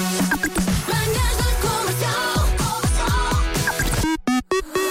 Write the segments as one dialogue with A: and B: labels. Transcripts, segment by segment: A: Manhãs da Comercial.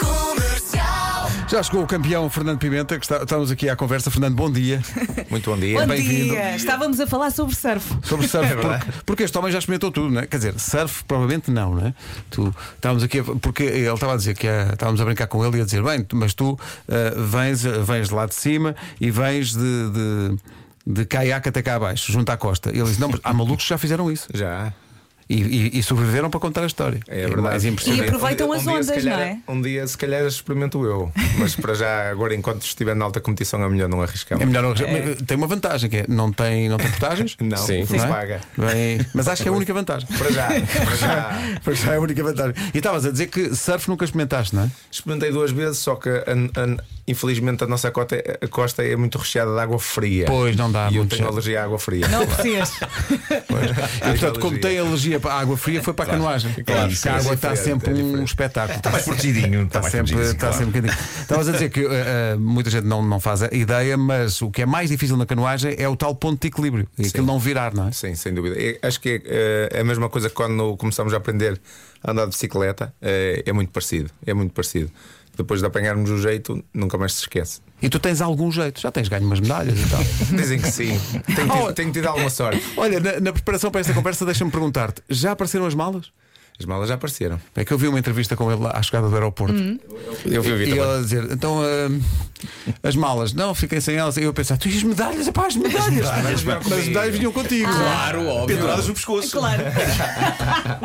A: Comercial.
B: Já chegou o campeão Fernando Pimenta, que está- estamos aqui à conversa. Fernando, bom dia. É
C: Muito bom dia.
D: Bom
B: bem-vindo.
D: dia! Estávamos a falar sobre surf.
B: Sobre surf,
C: É verdade.
B: porque, porque este homem já experimentou tudo, não é? Quer dizer, surf provavelmente não, não é? Tu, estávamos aqui, a- porque ele estava a dizer que ah, estávamos a brincar com ele e a dizer, bem, tu- mas tu ah, vens, ah, vens de lá de cima e vens de. de de caiaque até cá abaixo, junto à costa. E ele disse: Não, mas há malucos que já fizeram isso.
C: Já.
B: E, e- e sobreviveram para contar a história.
C: É verdade.
B: mais impressionante.
D: E aproveitam as
C: dia, se
D: ondas,
C: calhar,
D: não é?
C: Um dia, se calhar, experimento eu. Mas para já, agora, enquanto estiver na alta competição, é melhor não arriscar.
B: É melhor não mas, eh, Tem uma vantagem que é não tem, não tem portagens.
C: Não,
E: Sim.
C: não se
B: não é?
C: paga.
B: Bem, mas acho que é a única vantagem.
C: Para já, para já.
B: Pois já é a única vantagem. E estavas a dizer que surf nunca experimentaste, não é?
C: Experimentei duas vezes, só que an- an- infelizmente a nossa cota é- a costa é muito recheada de água fria.
B: Pois, não dá
C: E eu
B: muito
C: tenho
B: jeito.
C: alergia à água fria.
D: Não aprecias.
B: E, portanto, como tem alergia à água fria, foi para a canoagem.
C: Ah, Claro,
B: Porque
C: sim,
B: a água
C: é
B: está
C: diferente,
B: sempre
C: é
B: um
C: diferente.
B: espetáculo. Está
E: mais protegidinho, está mais
B: sempre,
E: protegidinho,
B: está
E: claro.
B: sempre um bocadinho. Estavas a dizer que eh, eh, muita gente não, não faz a ideia, mas o que é mais difícil na canoagem é o tal ponto de equilíbrio e aquilo não virar, não é?
C: Sim, sem dúvida. Eu acho que eh, é a mesma coisa que quando começamos a aprender a andar de bicicleta. eh, é muito parecido. É muito parecido. Depois de apanharmos o jeito, nunca mais se esquece.
B: E tu tens algum jeito, já tens ganho umas medalhas e tal.
C: Dizem que sim. Tenho tido, tenho tido alguma sorte.
B: Olha, na, na preparação para esta conversa, deixa-me perguntar-te: já apareceram as malas?
C: As malas já apareceram.
B: É que eu vi uma entrevista com ele lá à chegada do aeroporto.
E: Uhum.
C: Eu vi o
B: E
C: Vitor.
B: ele a dizer, então hum, as malas, não, fiquei sem elas. E eu a pensar, tu e as medalhas, epá, as medalhas. As medalhas, vinham contigo.
E: Claro, óbvio.
B: Penduradas
E: no pescoço.
D: Claro.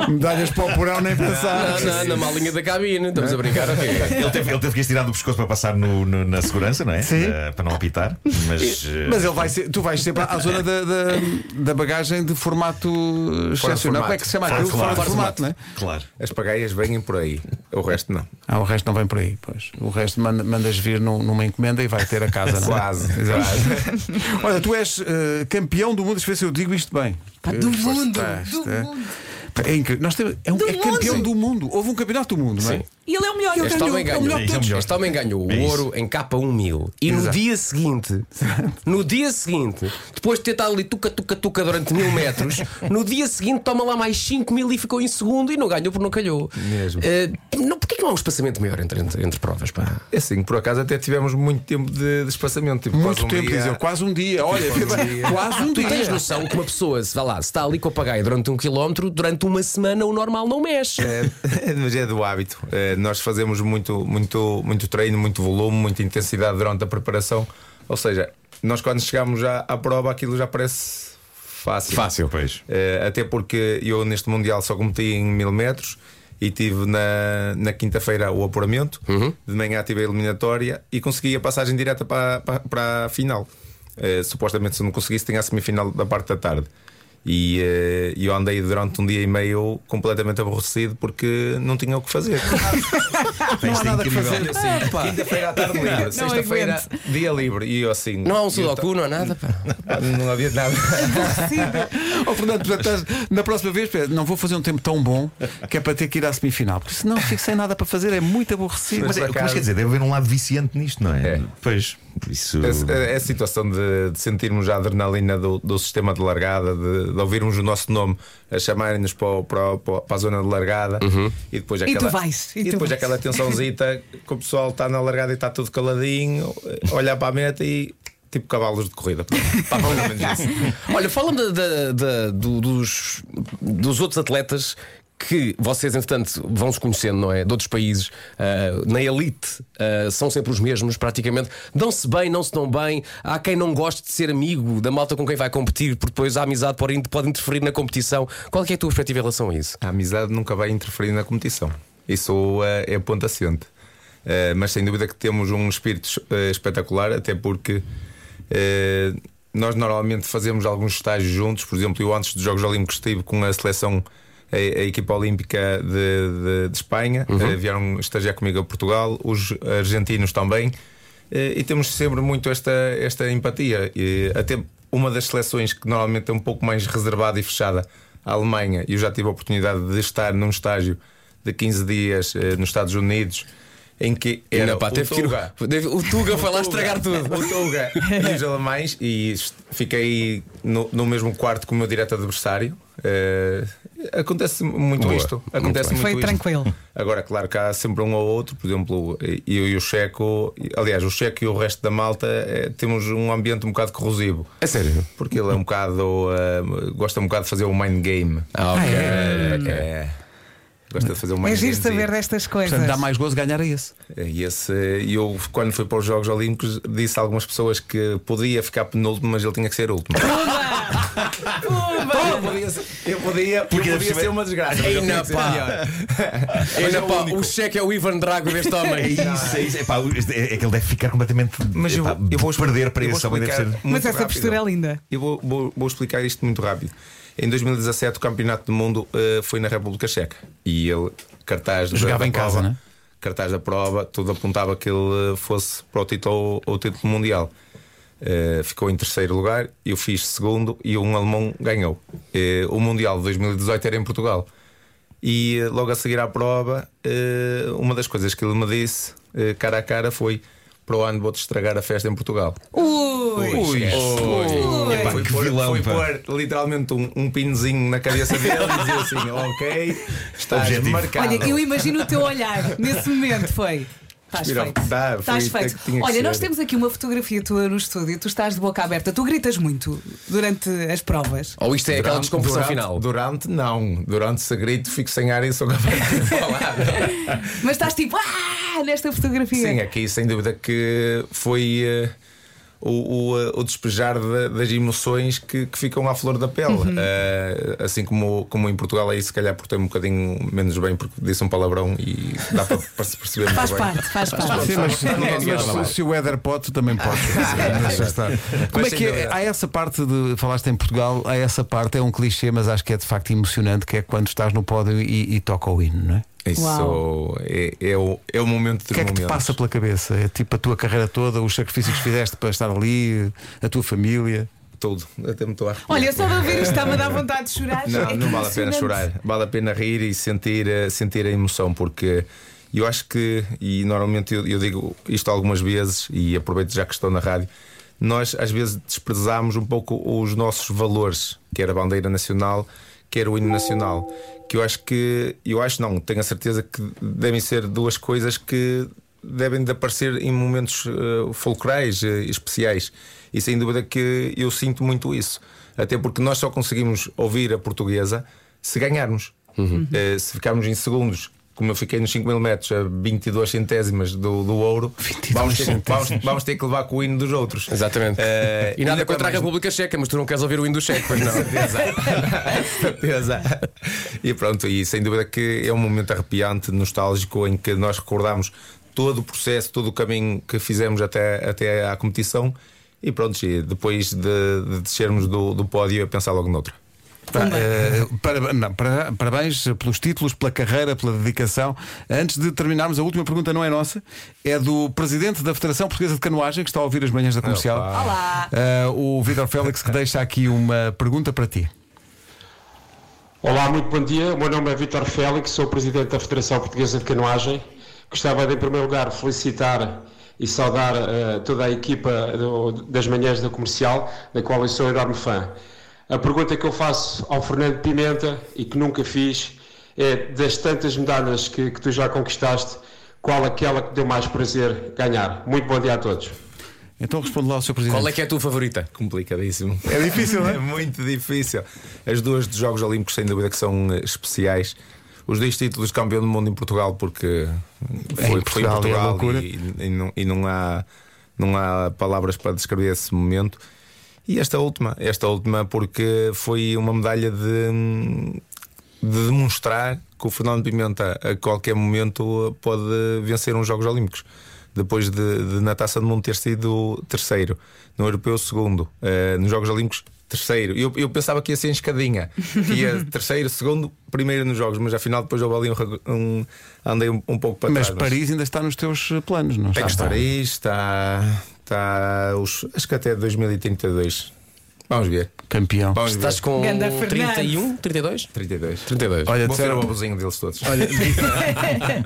B: Medalhas para o porão, nem pensar.
E: Não, não, na malinha da cabine, estamos a brincar. ok.
F: Ele teve, ele teve que estirar do pescoço para passar no- no- na segurança, não é?
B: Sim.
F: Eh, para não apitar. Mas, eh,
B: Mas ele vai ser- tu vais sempre à zona da, da, da bagagem de formato excepcional.
C: formato.
B: Como é que se chama
F: fora
B: aquilo?
F: de formato.
B: Fora de formato, não é?
F: Claro.
C: As pagaias vêm por aí. O resto não.
B: Ah, o resto não vem por aí, pois. O resto manda- mandas vir num- numa encomenda e vai ter a casa, não é?
C: Quase,
B: Exato. Olha, tu és eh, campeão do mundo, deixa eu ver se eu digo isto bem.
D: Pá, do
B: Eh,
D: mundo,
B: pá, isto
D: do
B: é-
D: mundo.
B: Pá, É incrível. Nós temos, é um,
D: Do
B: é campeão
D: mundo.
B: do mundo. Houve um campeonato do mundo, não é?
E: Sim.
D: E ele é o melhor.
E: Este homem
B: é o
E: ganhou,
B: melhor de
F: todos.
E: este homem ganhou
F: É
E: o
F: isso.
E: ouro em K1000 e no
B: Exato.
E: dia seguinte, no dia seguinte, depois de ter estado ali tuca-tuca-tuca durante mil metros, no dia seguinte toma lá mais 5 mil e ficou em segundo e não ganhou porque não calhou.
C: Mesmo.
E: Eh, não, porquê que não há um espaçamento maior entre, entre, entre provas? Pá?
C: É assim, por acaso até tivemos muito tempo de, de espaçamento. Tipo,
B: Muito
C: quase um
B: tempo,
C: dia.
B: diz eu, quase um dia. Olha,
C: Quase um dia.
B: quase um
E: Tu
B: dia.
E: tens noção que uma pessoa, se, vá lá, se está ali com a pagaia durante um quilómetro, durante uma semana o normal não mexe.
C: É, Mas é do hábito. É, Nós fazemos muito, muito, muito treino, muito volume, muita intensidade durante a preparação. Ou seja, nós quando chegamos à, à prova aquilo já parece fácil.
F: Fácil, pois.
C: Eh, até porque eu neste Mundial só competi em mil metros e tive na, na quinta-feira o apuramento,
E: Uhum.
C: de manhã tive a eliminatória e consegui a passagem direta para, para, para a final. Eh, supostamente, se não conseguisse, tinha a semifinal da parte da tarde. E eh, eu andei durante um dia e meio completamente aborrecido porque não tinha o que fazer.
F: Isto é incrível.
C: Assim, Quinta-feira à tarde livre, sexta-feira dia livre. E eu assim.
E: Não há um
C: eu
E: sudoku, não há nada. Pá.
C: ta- Não havia nada.
B: Ó, Oh, Fernando, portanto, estás- na próxima vez, espera, não vou fazer um tempo tão bom que é para ter que ir à semifinal. Porque senão fico sem nada para fazer, é muito aborrecido.
F: Mas,
C: por
F: é- mas
C: acaso-
F: quer dizer, deve haver um lado viciante nisto, não é?
C: É.
F: Pois. Isso.
C: É, é a situação de, de sentirmos a adrenalina do, do sistema de largada, de, de ouvirmos o nosso nome a chamarem-nos para, o- para, o- para a zona de largada e depois
D: tu
C: aquela,
D: vais, e
C: e
D: tu
C: depois
D: vais.
C: aquela tensãozita que o pessoal está na largada e está tudo caladinho, olhar para a meta e tipo cavalos de corrida. Pá, pelo menos isso.
E: Olha, fala-me da- da- da- do- dos, dos outros atletas que vocês, entretanto, vão se conhecendo, não é? De outros países, ah, na elite, ah, são sempre os mesmos, praticamente. Dão-se bem, não se dão bem. Há quem não goste de ser amigo da malta com quem vai competir, porque depois a amizade pode, pode interferir na competição. Qual é que é a tua perspectiva em relação a isso?
C: A amizade nunca vai interferir na competição. Isso eh, é ponto assente. Eh, mas sem dúvida que temos um espírito eh, espetacular, até porque eh, nós normalmente fazemos alguns estágios juntos. Por exemplo, eu antes dos Jogos Olímpicos estive com a seleção, a, a equipa olímpica de, de- de Espanha. Eh, vieram estagiar comigo a Portugal, os argentinos também. Eh, e temos sempre muito esta, esta empatia. E até uma das seleções que normalmente é um pouco mais reservada e fechada, a Alemanha, e eu já tive a oportunidade de estar num estágio de 15 dias eh, nos Estados Unidos em que
E: E
C: era
E: não, pá,
C: o
E: teve que ir-
C: Tuga.
E: teve- o Tuga foi lá estragar tudo.
C: O Tuga e o mais e est- fiquei no, no mesmo quarto com o meu direto adversário. Eh, acontece muito
E: Boa,
C: isto.
E: muito
C: Acontece
E: bem.
C: muito
D: Foi
C: isto.
D: tranquilo.
C: Agora, claro que há sempre um ou outro, por exemplo, eu e o Checo, aliás, o Checo e o resto da malta eh, temos um ambiente um bocado corrosivo.
E: É sério?
C: Porque ele é um bocado. eh, gosta um bocado de fazer o mind game.
E: Ah, ok.
C: É. Gosta de fazer o mind
D: É
C: game.
D: giro saber destas coisas.
B: Portanto, dá mais gozo ganhar a esse.
C: E esse, eu, quando fui para os Jogos Olímpicos, disse a algumas pessoas que podia ficar penúltimo, mas ele tinha que ser último. eu podia, ser- eu podia,
F: Porque
C: eu podia
F: ainda por
C: ser
F: cima-
C: uma desgraça. mas eu
E: Ei,
C: tinha
E: na
C: que ser
E: pá.
C: melhor.
E: Ei, na
C: é o
E: pá,
C: único.
E: o cheque é o Ivan Drago deste
F: É
E: homem.
F: isso, é isso. Epá, é, é que ele deve ficar completamente.
C: Mas eu,
F: epá,
C: eu vou
F: perder para
C: eu vou
F: esse homem deve
C: explicar
F: ser.
D: Mas
C: muito
D: essa
C: rápido.
D: postura é linda.
C: Eu vou, vou- vou explicar isto muito rápido. Em 2017, o Campeonato do Mundo eh, foi na República Checa e ele, cartaz da-
B: Jogava
C: da
B: em casa,
C: prova,
B: né?
C: Cartaz da prova, tudo apontava que ele eh, fosse para o título, o título mundial. Eh, ficou em terceiro lugar, eu fiz segundo e um alemão ganhou. Eh, o Mundial de 2018 era em Portugal. E eh, logo a seguir à prova, eh, uma das coisas que ele me disse, eh, cara a cara, foi: para o ano vou-te estragar a festa em Portugal.
D: Ui!
C: Ui,
D: Ui.
C: Epá,
F: Ui.
C: foi
F: Que
C: pôr-
F: vilão,
C: foi
F: pá.
C: pôr literalmente um, um pinzinho na cabeça dele e dizer assim: ok, estás
F: Objetivo.
C: marcado.
D: Olha, eu imagino o teu olhar nesse momento, foi. Estás
C: Respira,
D: feito.
C: dá, foi
D: Estás
C: o que é
D: feito.
C: que tinha que
D: Olha,
C: ser.
D: nós temos aqui uma fotografia tua no estúdio, tu estás de boca aberta, tu gritas muito durante as provas.
E: Ou isto é aquela descompressão
C: durante,
E: final.
C: Durante, não. Durante se grito, fico sem ar e sou capaz de "Oh, falar.
D: Mas estás tipo, ah, nesta fotografia.
C: Sim, é. aqui sem dúvida que foi eh, o, o, eh, o despejar da- das emoções que, que ficam à flor da pele.
D: Uhum.
C: Eh, assim como, como em Portugal, aí se calhar por ter um bocadinho menos bem, porque disse um palavrão e dá para, para se perceber muito
D: Faz
C: bem.
D: parte, faz parte.
B: Sim, mas,
C: Não, não,
B: mas
C: não, não.
B: se, se o Éder pode, tu também podes. Deixa estar. Como é
C: sem
B: que é?
C: dúvida.
B: Há essa parte de. Falaste em Portugal, há essa parte, é um clichê, mas acho que é de facto emocionante, que é quando estás no pódio e, e toca o hino, não é?
C: Isso
D: Uau.
C: é, é o, é o momento
B: O
C: dos
B: que é que te
C: momentos.
B: passa pela cabeça? É tipo a tua carreira toda, os sacrifícios que fizeste para estar ali, a tua família.
C: Tudo. Até me estou a arrepiar.
D: Olha, só de ouvir isto está-me a dar vontade de chorar.
C: Não,
D: É
C: não vale a pena
D: emocionante.
C: chorar. Vale a pena rir e sentir, eh, sentir a emoção, porque eu acho que, e normalmente eu, eu digo isto algumas vezes, e aproveito já que estou na rádio, nós às vezes desprezamos um pouco os nossos valores, quer a bandeira nacional, quer o hino nacional. Que eu acho que, eu acho não, tenho a certeza que devem ser duas coisas que devem de aparecer em momentos eh, folclorais eh, especiais. E sem dúvida que eu sinto muito isso. Até porque nós só conseguimos ouvir a portuguesa se ganharmos.
E: Uhum.
C: Eh, se ficarmos em segundos, como eu fiquei nos 5 mil metros a 22 centésimas do, do ouro, vamos ter, vamos, vamos ter que levar com o hino dos outros.
E: Exatamente.
C: Eh,
E: E nada
C: ainda
E: contra a
C: mais-
E: República Checa, mas tu não queres ouvir o hino do Cheque, pois não.
C: certeza. E pronto, e sem dúvida que é um momento arrepiante, nostálgico, em que nós recordamos todo o processo, todo o caminho que fizemos até, até à competição. E pronto, e depois de, de descermos do, do pódio, a pensar logo noutra.
B: Pá, eh, para- não, para- parabéns pelos títulos, pela carreira, pela dedicação. Antes de terminarmos, a última pergunta não é nossa, é do presidente da Federação Portuguesa de Canoagem, que está a ouvir as manhãs da comercial.
D: Olá.
B: Eh, o Vitor Félix, que deixa aqui uma pergunta para ti.
A: Olá, muito bom dia. O meu nome é Vítor Félix, sou o presidente da Federação Portuguesa de Canoagem. Gostava de, em primeiro lugar, felicitar e saudar eh, toda a equipa do- das manhãs da comercial, da qual eu sou um enorme fã. A pergunta que eu faço ao Fernando Pimenta e que nunca fiz é: das tantas medalhas que, que tu já conquistaste, qual aquela que deu mais prazer ganhar? Muito bom dia a todos.
B: Então responde lá ao seu presidente.
E: Qual é que é a tua favorita?
C: Complicadíssimo.
B: É difícil, não é?
C: É muito difícil. As duas dos Jogos Olímpicos, sem dúvida, que são eh, especiais. Os dois títulos de campeão do mundo em Portugal, porque foi foi em
B: Portugal, é loucura.
C: e, e não, e não há, não há palavras para descrever esse momento. E esta última, esta última, porque foi uma medalha de, hum, de demonstrar que o Fernando Pimenta, a qualquer momento, pode vencer uns Jogos Olímpicos. Depois de, de na taça do mundo ter sido terceiro, no europeu, segundo, eh, nos Jogos Olímpicos, terceiro. Eu, eu pensava que ia ser em escadinha, que ia terceiro, segundo, primeiro nos Jogos, mas afinal depois eu ali um, reg- um- andei um, um pouco para
B: Mas
C: trás.
B: Paris ainda está nos teus planos, não
C: Tem que
B: está?
C: estar aí, está. está os, acho que até 2032. Vamos ver.
B: Campeão.
C: Vamos ver.
E: Estás com
D: Ganda Fernandes.
E: 31, 32?
C: 32.
E: 32.
B: Olha,
C: Vou ser o
B: disseram,
C: babuzinho deles todos.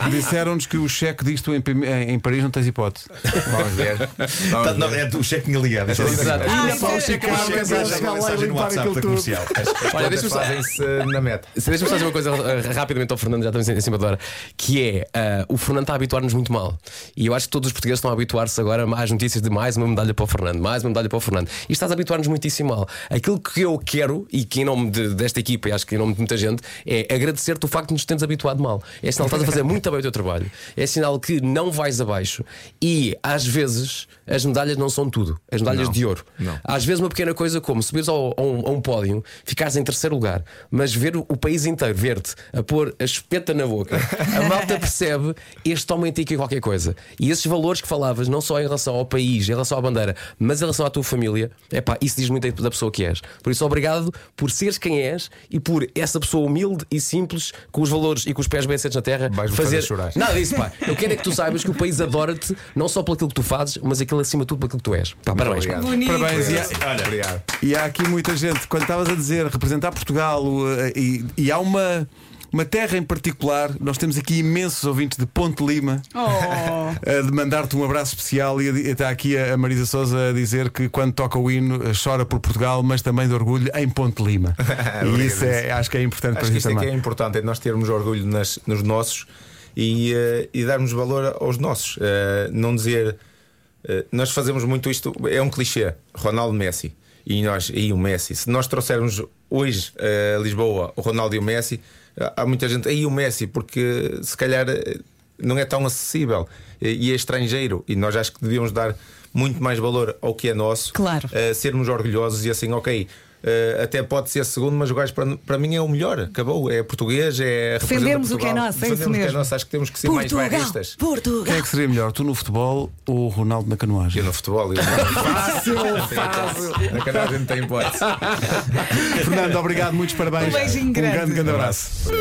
B: disseram-nos que o cheque disto em, Pim- em- em Paris não tens hipótese.
C: Vamos ver.
F: Tá,
C: Vamos
F: não,
C: ver.
F: é o cheque que tinha ligado. Isso é
E: Exato.
F: diferente.
D: Ainda para o cheque
F: O cheque é
B: mensagem,
F: mensagem,
B: chegar lá e
F: mensagem no
B: limpar
F: WhatsApp
B: aquilo
F: da
B: tudo.
F: comercial.
E: Olha,
C: As
E: deixa-me
C: contas
E: só-
C: fazem-se na meta.
E: Se Deixa-me só dizer uma coisa eh, rapidamente ao Fernando, já estamos em cima da hora, que é ah, o Fernando está a habituar-nos muito mal. E eu acho que todos os portugueses estão a habituar-se agora às notícias de mais uma medalha para o Fernando, mais uma medalha para o Fernando. E estás a habituar-nos muitíssimo mal. Aquilo que eu quero, e que em nome de- desta equipa, e acho que em nome de muita gente, é agradecer-te o facto de nos termos habituado mal. É sinal que estás a fazer muito bem o teu trabalho. É sinal que não vais abaixo. E às vezes as medalhas não são tudo. As medalhas de ouro.
C: Não.
E: Às vezes uma pequena coisa como subires ao- a, um, a um pódio, ficares em terceiro lugar, mas ver o, o país inteiro ver-te a pôr a espeta na boca, a malta percebe este homem tem aqui qualquer coisa. E esses valores que falavas, não só em relação ao país, em relação à bandeira, mas em relação à tua família, é pá, isso diz muito da pessoa que és. Por isso, obrigado por seres quem és e por essa pessoa humilde e simples, com os valores e com os pés bem assentos na terra,
C: Vais-me fazer chorar.
E: Nada disso, pá. Eu quero é que tu saibas que o país adora-te, não só pelo aquilo que tu fazes, mas aquilo acima de tudo pelo aquilo que tu és. Pá, parabéns. pá.
C: obrigado.
D: Bonito.
B: Parabéns.
C: é,
B: E há,
F: Olha,
C: Obrigado.
B: e há aqui muita gente, quando estavas a dizer representar Portugal, o, eh, e, e há uma, uma terra em particular, nós temos aqui imensos ouvintes de Ponte Lima.
D: Oh,
B: a de mandar-te um abraço especial e a di- está aqui a a Marisa Souza a dizer que quando toca o hino eh, chora por Portugal, mas também de orgulho em Ponte Lima. e isso é, acho que é importante para
C: Acho
B: a gente
C: que isto é que
B: também.
C: é importante, é nós termos orgulho nas- nos nossos e, eh, e darmos valor aos nossos. Eh, não dizer. eh, nós fazemos muito isto, é um clichê, Ronaldo Messi. E, nós, e o Messi. Se nós trouxermos hoje eh, a Lisboa o Ronaldo e o Messi, eh, há- há muita gente. Aí o Messi, porque se calhar eh, não é tão acessível eh, e é estrangeiro. E nós acho que devíamos dar muito mais valor ao que é nosso
D: Claro.
C: eh, sermos orgulhosos e assim, ok. eh, até pode ser segundo, mas o gajo para, para mim é o melhor. Acabou, é português, é representa
D: Defendermos o que é
C: Portugal.
D: nosso, é isso
C: Defendermos o que
D: mesmo.
C: nosso, acho que temos que ser
D: Portugal,
C: mais bairristas.
B: Quem
D: Portugal.
B: é que seria melhor, tu no futebol ou o Ronaldo na
C: Eu
B: canoagem?
C: no futebol, eu fácil, fácil. Na canal não tem hipótese.
B: Fernando, obrigado, muitos parabéns.
D: Um beijinho
B: grande,
D: grande.
B: grande abraço.